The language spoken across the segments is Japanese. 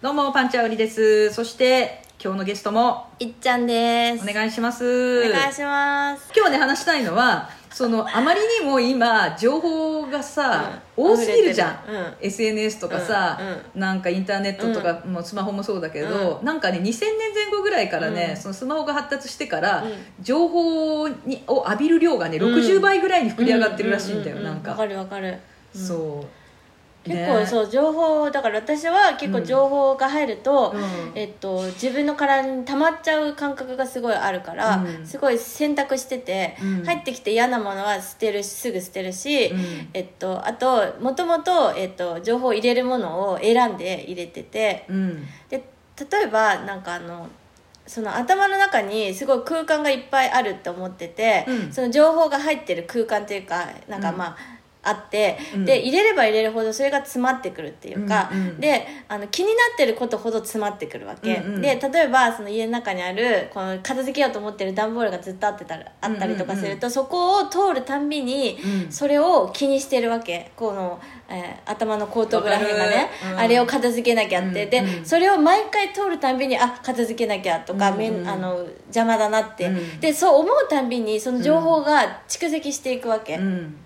どうもパンチャウリですそして今日のゲストもいっちゃんですお願いしますお願いします今日ね話したいのはそのあまりにも今情報がさ、多すぎるじゃん、溢れてる SNS とかさ、うなんかインターネットとか、もうスマホもそうだけど、なんかね2000年前後ぐらいからね、うんそのスマホが発達してから、うん情報にを浴びる量がねうん60倍ぐらいに膨れ上がってるらしいんだよ、うううなんか、わかるわかるうんそう結構う、そう情報だから私は結構情報が入ると、うんえっと、自分の体に溜まっちゃう感覚がすごいあるから、うんすごい選択してて、うん入ってきて嫌なものは捨てるしすぐ捨てるし、うんえっと、あともともと、えっと、情報を入れるものを選んで入れててうんで例えばなんかあのその頭の中にすごい空間がいっぱいあるって思ってて、うんその情報が入ってる空間というかなんかうんまあ、あって、うんで入れれば入れるほどそれが詰まってくるっていうか、うんうんであの気になってることほど詰まってくるわけ、うんうんで例えばその家の中にあるこの片付けようと思ってる段ボールがずっとあってたらあったりとかすると、そこを通るたんびに、うんそれを気にしてるわけこの、えー頭の後頭部らへんがわかるね、うんあれを片付けなきゃって、うんで、うんそれを毎回通るたんびにあ片付けなきゃとか、めうんんあの邪魔だなって、うんでそう思うたんびにその情報が蓄積していくわけ、うん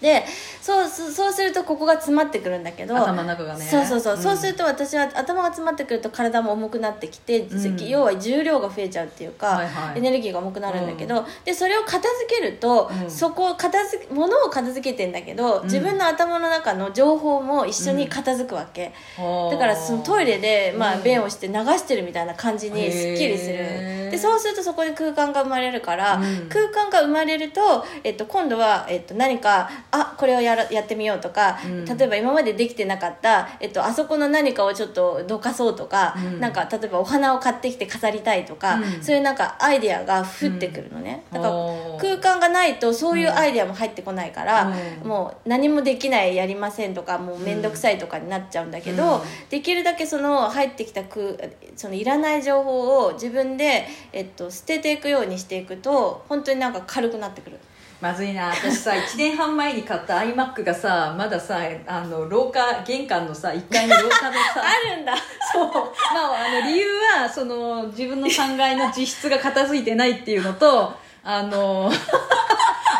でそうそうそうするとここが詰まってくるんだけど頭の中がねそうそうそう、んそうすると私は頭が詰まってくると体も重くなってきて、うん要は重量が増えちゃうっていうか、はいはいエネルギーが重くなるんだけど、でそれを片付けると、うんそこを片付け物を片付けてんだけど、ん自分の頭の中の情報も一緒に片付くわけ、はあだからそのトイレで、まあうん便をして流してるみたいな感じにすっきりするへーでそうするとそこで空間が生まれるから、うん空間が生まれると、えっと、今度は、えっと、何かあこれをやらやってみようとか、うん例えば今までできてなかった、えっと、あそこの何かをちょっとどかそうとか、うんなんか例えばお花を買ってきて飾りたいとか、うんそういうなんかアイデアが降ってくるのね、だからおー空間がないとそういうアイデアも入ってこないから、うんもう何もできないやりませんとかもう面倒くさいとかになっちゃうんだけど、うんできるだけその入ってきた空そのいらない情報を自分で、えっと、捨てていくようにしていくと本当になんか軽くなってくる。まずいな私 さ1年半前に買った iMac がさまださあの廊下玄関のさ1階の廊下のさ るんだそうまああの理由はその自分の3階の実質が片付いてないっていうの とあの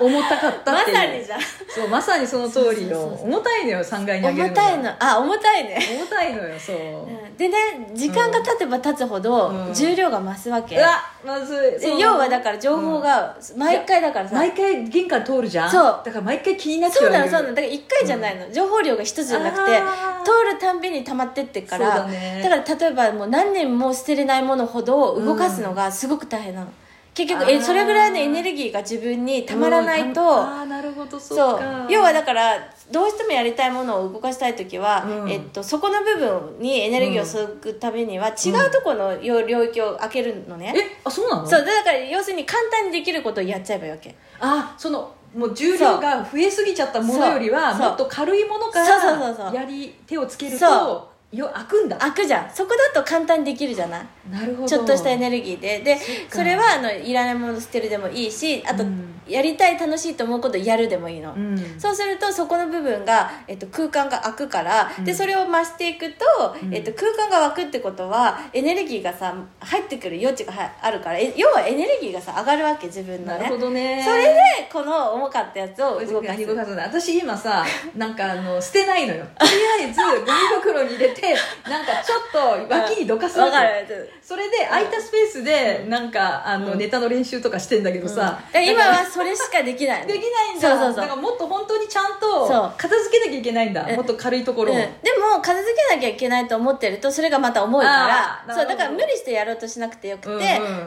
重たかったまっていうさにじゃんそうまさにその通りのそうそうそうそ重たいのよ3階にあげる重たいのがのあ重たいね重たいのよそう、うんでね時間が経てば経つほど、うん重量が増すわけ、うわまずいでそう要はだから情報が、毎回だからさ毎回玄関通るじゃんそうだから毎回気になっちゃそううよなのそうなのだから1回じゃないの、情報量が1つじゃなくてあー通るたんびに溜まってってっかそらうだねから例えばもう何年も捨てれないものほど動かすのがすごく大変なの、結局あえーそれぐらいのエネルギーが自分に溜まらないと、うんああなるほどそうそうか要はだからどうしてもやりたいものを動かしたい時は、うんえっと、そこの部分にエネルギーを注ぐためには違うところの領領域を開けるのね、えあそうなのそうでだから要するに簡単にできることをやっちゃえばいいわけあそのもう重量が増えすぎちゃったものよりはそうもそうっと軽いものかそうそうそうそらうやり手をつけるとそよ開くんだ開くじゃんそこだと簡単にできるじゃないなるほどちょっとしたエネルギーででかそれはあのいらないもの捨てるでもいいしあと、うんやりたい楽しいと思うことやるでもいいの、うんそうするとそこの部分が、えっと、空間が空くから、うでんそれを増していくと、んえっと、空間が空くってことはエネルギーがさ入ってくる余地がはあるからえ要はエネルギーがさ上がるわけ自分のなねるほどねそれでこの重かったやつを動かす動かすね私今さなんかあの捨てないのよとりあえずゴミ袋に入れてなんかちょっと脇にどかすわわけかるそれで空いたスペースでなんかあのうんネタの練習とかしてんだけどさだから今はそれしかできないのできないんだそうそうそうだからもっと本当にちゃんそうと片付けなきゃいけないんだうんもっと軽いところを、うん、でも片付けなきゃいけないと思ってるとそれがまた重いかあーらなるほどそうだから無理してやろうとしなくてよくて、うんうん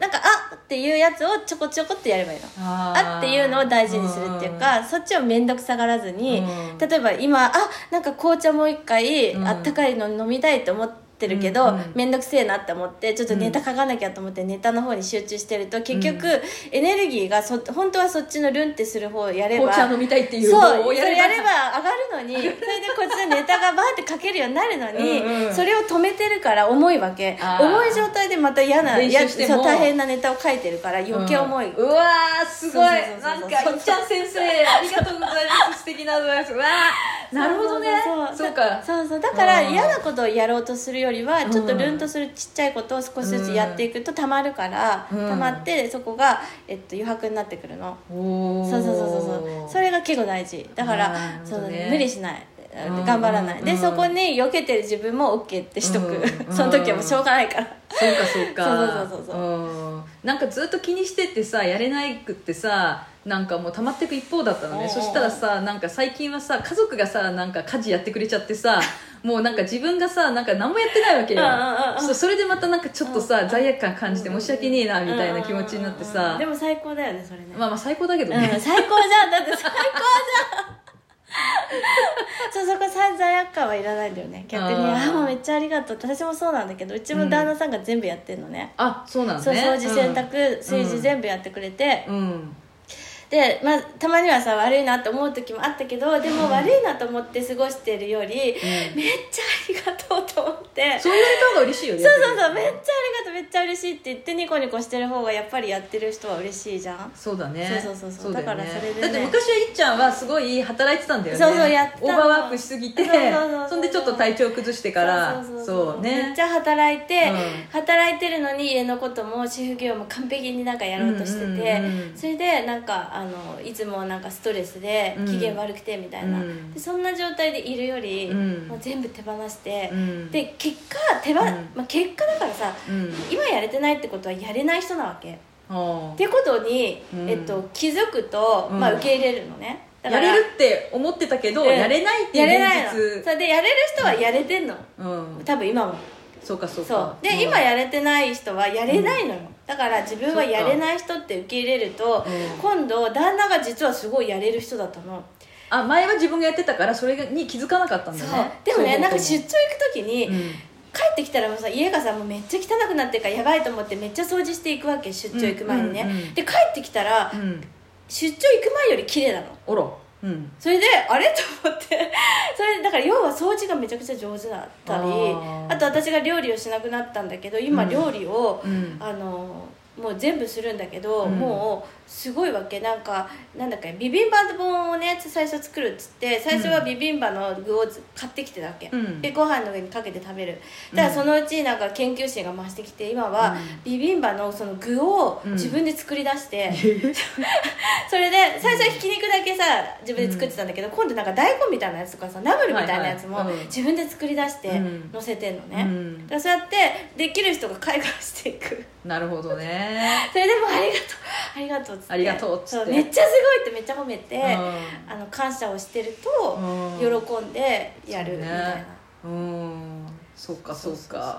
なんかあっていうやつをちょこちょこってやればいいのあーあっていうのを大事にするっていうか、そっちを面倒くさがらずに、うん例えば今あなんか紅茶もう一回、うんあったかいの飲みたいと思ってるけど、うんうん面倒くせえなって思ってちょっとネタ書かなきゃと思ってネタの方に集中してると結局、エネルギーがそ本当はそっちのルンってする方をやれば紅茶飲みたいっていうそうのそをやれればやれば上がる のにそれでこっちのネタがバーって書けるようになるのにうんうんそれを止めてるから重いわけあー重い状態でまた嫌な練習やしてもそう大変なネタを書いてるから余計重い、うんうわーすごいそうそうそうそうなんかいっちゃん先生ありがとうございます素敵なアドバイスうわなるほどねそうそうかそうそうだからうん嫌なことをやろうとするよりはうんちょっとルンとするちっちゃいことを少しずつやっていくとたまるからたうんまってそこが、えっと、余白になってくるのおーそうそうそうそうそうそれが結構大事だかなるら、ほそどのね無理しないうん頑張らないでうんそこに避けてる自分も OK ってしとく、うんその時はもうしょうがないから、そうかそうかそうそうそうそううんなんかずっと気にしててさやれないくってさなんかもう溜まっていく一方だったのおうおねうそしたらさなんか最近はさ家族がさなんか家事やってくれちゃってさもうなんか自分がさなんか何もやってないわけようんうんうんそうそれでまたなんかちょっとうさん罪悪感感じて申し訳ねえなみたいな気持ちになってうんうんうんうさんでも最高だよねそれね、まあまあ最高だけどうん、ね最高じゃんだって最高じゃん そうそこさ罪悪感はいらないんだよね逆あにあーあもうめっちゃありがとうって私もそうなんだけどうちも旦那さんが全部やってんのね、あそうなんそだうね掃除洗濯、炊事全部やってくれて、うんうんで、まあ、たまにはさ悪いなって思う時もあったけどでも悪いなと思って過ごしてるより、めっちゃありがとうと思ってそんなに方が嬉しいよねそうそうそうめっちゃありがとうめっちゃ嬉しいって言ってニコニコしてる方がやっぱりやってる人は嬉しいじゃんそうだねそうそうそうそだうよねだからそれでねだって昔はいっちゃんはすごい働いてたんだよねそうそうやってたオのーバーワークしすぎてそうそうそうそうそんでちょっと体調崩してからそうそうそうそうそうめっねちゃ働いて、うん働いてるのに家のことも主婦業も完璧になんかやろうとしてて、うんうんうんそれでなんかあのいつもなんかストレスでうん機嫌悪くてみたいな、うんでそんな状態でいるより、うんもう全部手放して、うんで結果手ば、うんまあ、結果だからさうん今やれてないってことはやれない人なわけ。あってことに、うんえっと、気づくと、まあ、うん受け入れるのねあだかやられるって思ってたけどうんやれないっていやうれないの現それでやれる人はやれてんの、実うん多分今もそうかそうそかうで、今やれてない人はやれないのよ、だから自分はやれない人って受け入れると、うん今度旦那が実はすごいやれる人だったの、あ前は自分がやってたからそれに気づかなかったんだそようねでもねそうなんだかと思う出張行く時に、う帰んってきたらもうさ家がさもうめっちゃ汚くなってるからやばいと思ってめっちゃ掃除していくわけ出張行く前にね、うんうんうんで帰ってきたら、うん出張行く前より綺麗なのおろうんそれであれと思って それでだから要は掃除がめちゃくちゃ上手だったりあーあと私が料理をしなくなったんだけど今うん料理を、うんあのもう全部するんだけど、うんもうすごいわけなんかなんだっけビビンバ本をね最初作るっつって最初はビビンバの具を買ってきてたわけ、うんでご飯の上にかけて食べるただそのうちなんか研究心が増してきて今はビビンバのその具を自分で作り出して、それで最初はひき肉だけさ自分で作ってたんだけど、今度なんか大根みたいなやつとかさナムルみたいなやつもはいはいうん自分で作り出してうん載せてんのうね、んだからそうやってできる人が開花していくなるほどねそれでもありがとうあありりががととううっっつつっっててそうめっちゃすごいってめっちゃ褒めて、うんあの感謝をしてると喜うんんでやるみたいな、そう,、うんそうかそうかそうそう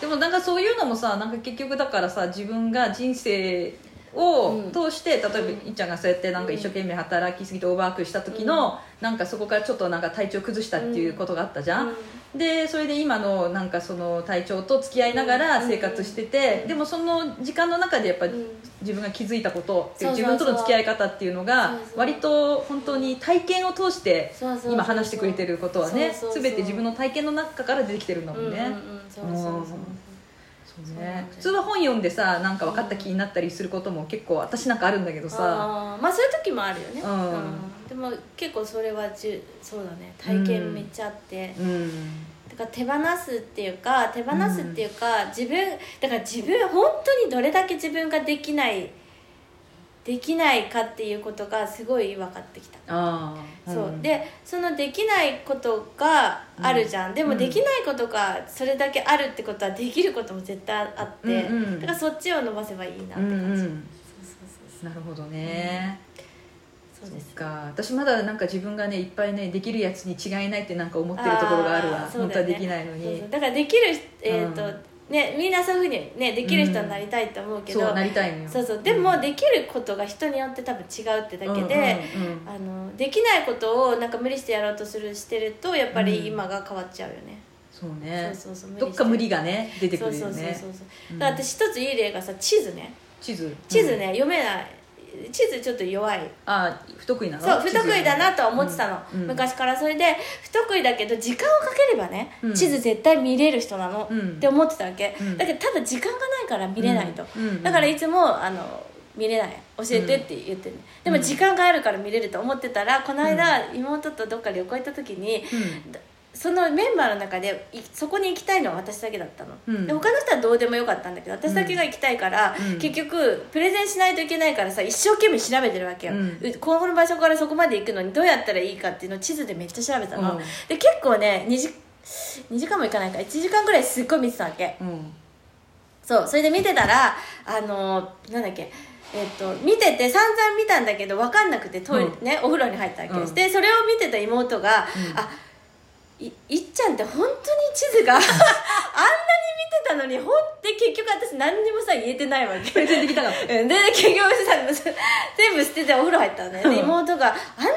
そでもなんかそういうのもさなんか結局だからさ自分が人生をうん通して、例えばいっちゃんがそうやってなんか一生懸命働きすぎてオーバーワークした時の、なんかそこからちょっとなんか体調崩したっていうことがあったじゃん、でそれで今のなんかその体調と付き合いながら生活してて、でもその時間の中でやっぱうんうん自分が気づいたことっていうそう自そうそ分うとの付き合い方っていうのそがうそう割と本当に体験を通してそうそうそうそう今話してくれてることはねそうそうそう全て自分の体験の中から出てきてるんだもんね、うんうんうんそうそうそうそううんそうそうなんだよね普通は本読んでさなんか分かった気になったりすることも結構私なんかあるんだけどさあーまあそういう時もあるよね、うんでも結構それはじゅそうだね体験めっちゃあって、うんだから手放すっていうか手放すっていうか、自分だから自分本当にどれだけ自分ができないできないかっていうことがすごい分かってきた、ああそうでそのできないことがあるじゃん、でもうんできないことがそれだけあるってことはできることも絶対あって、うんうんだからそっちを伸ばせばいいなってうん感うじ、んそうなるほどね、そうそうそうそでっすか私まだなんか自分がねいっぱいねできるやつに違いないってなんか思ってるところがあるわーそう本だ当よはねできないのそうにそうだからできる人、えーとうんね、みんなそういうふうに、ね、できる人になりたいと思うけそど、うなりたいのよそうそうでもできることが人によって多分違うってだけで、うんうんうんあのできないことをなんか無理してやろうとするしてるとやっぱうんり今が変わっちゃうよね、そうねそうそうそうどっか無理がね出てくるそようそうそうねそうそううんだから私一ついい例がさ地図ね地図地図ね、読めない地図ちょっと弱いうんあ不得意なのそう不得意だなとは思ってたの、うんうん昔からそれで不得意だけど時間をかければね、うん地図絶対見れる人なの、うんって思ってたわけ、うんだけどただ時間がないから見れないと、うんうんだからいつもあの見れない教えてって言ってる、でも時間があるから見れると思ってたらこの間、妹とどっか旅行行った時にそのメンバーの中でいそこに行きたいのは私だけだったの、うんで他の人はどうでもよかったんだけど私だけが行きたいから、うん結局プレゼンしないといけないからさ一生懸命調べてるわけよ、うんうこの場所からそこまで行くのにどうやったらいいかっていうのを地図でめっちゃ調べたの、うんで結構ね2時 ,2 時間も行かないから1時間ぐらいすっごい見てたわけうんそうそれで見てたらあのなんだっけえっと、見てて散々見たんだけど分かんなくてトイレ、うね、お風呂に入ったわけです、うんでそれを見てた妹が「うんあいいっちゃんって本当に地図が あんなに見てたのにほんって結局私何にもさ言えてないわけプレゼンできたかったうんで結局さ 全部捨ててお風呂入ったのねでうん妹があんなに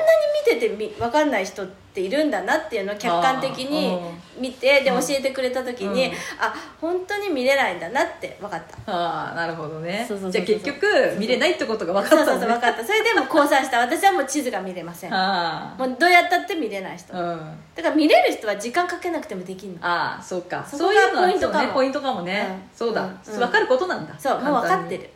見ててみ分かんない人っているんだなっていうのを客観的に見てでう教んえてくれた時に、うんあ本当に見れないんだなって分かったああなるほどねそうそうそうじそゃうあ結局見れないってことが分そかっうそたうのそうね分かったそれでも降参した私はもう地図が見れませんもあうどうやったって見れない人あうんだから見れる人は時間かけなくてもできるのああそうかそそこがういうのはポイントかもそうねポイントかもねうんそううだんうん分かることなんだそうもう分かって簡単にる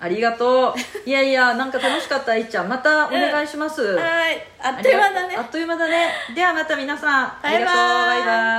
ありがとう いやいやなんか楽しかったいっちゃんまたお願いしますはーいあっという間だねありがとうあっという間だねではまた皆さんバイバあイりがとうバイバイ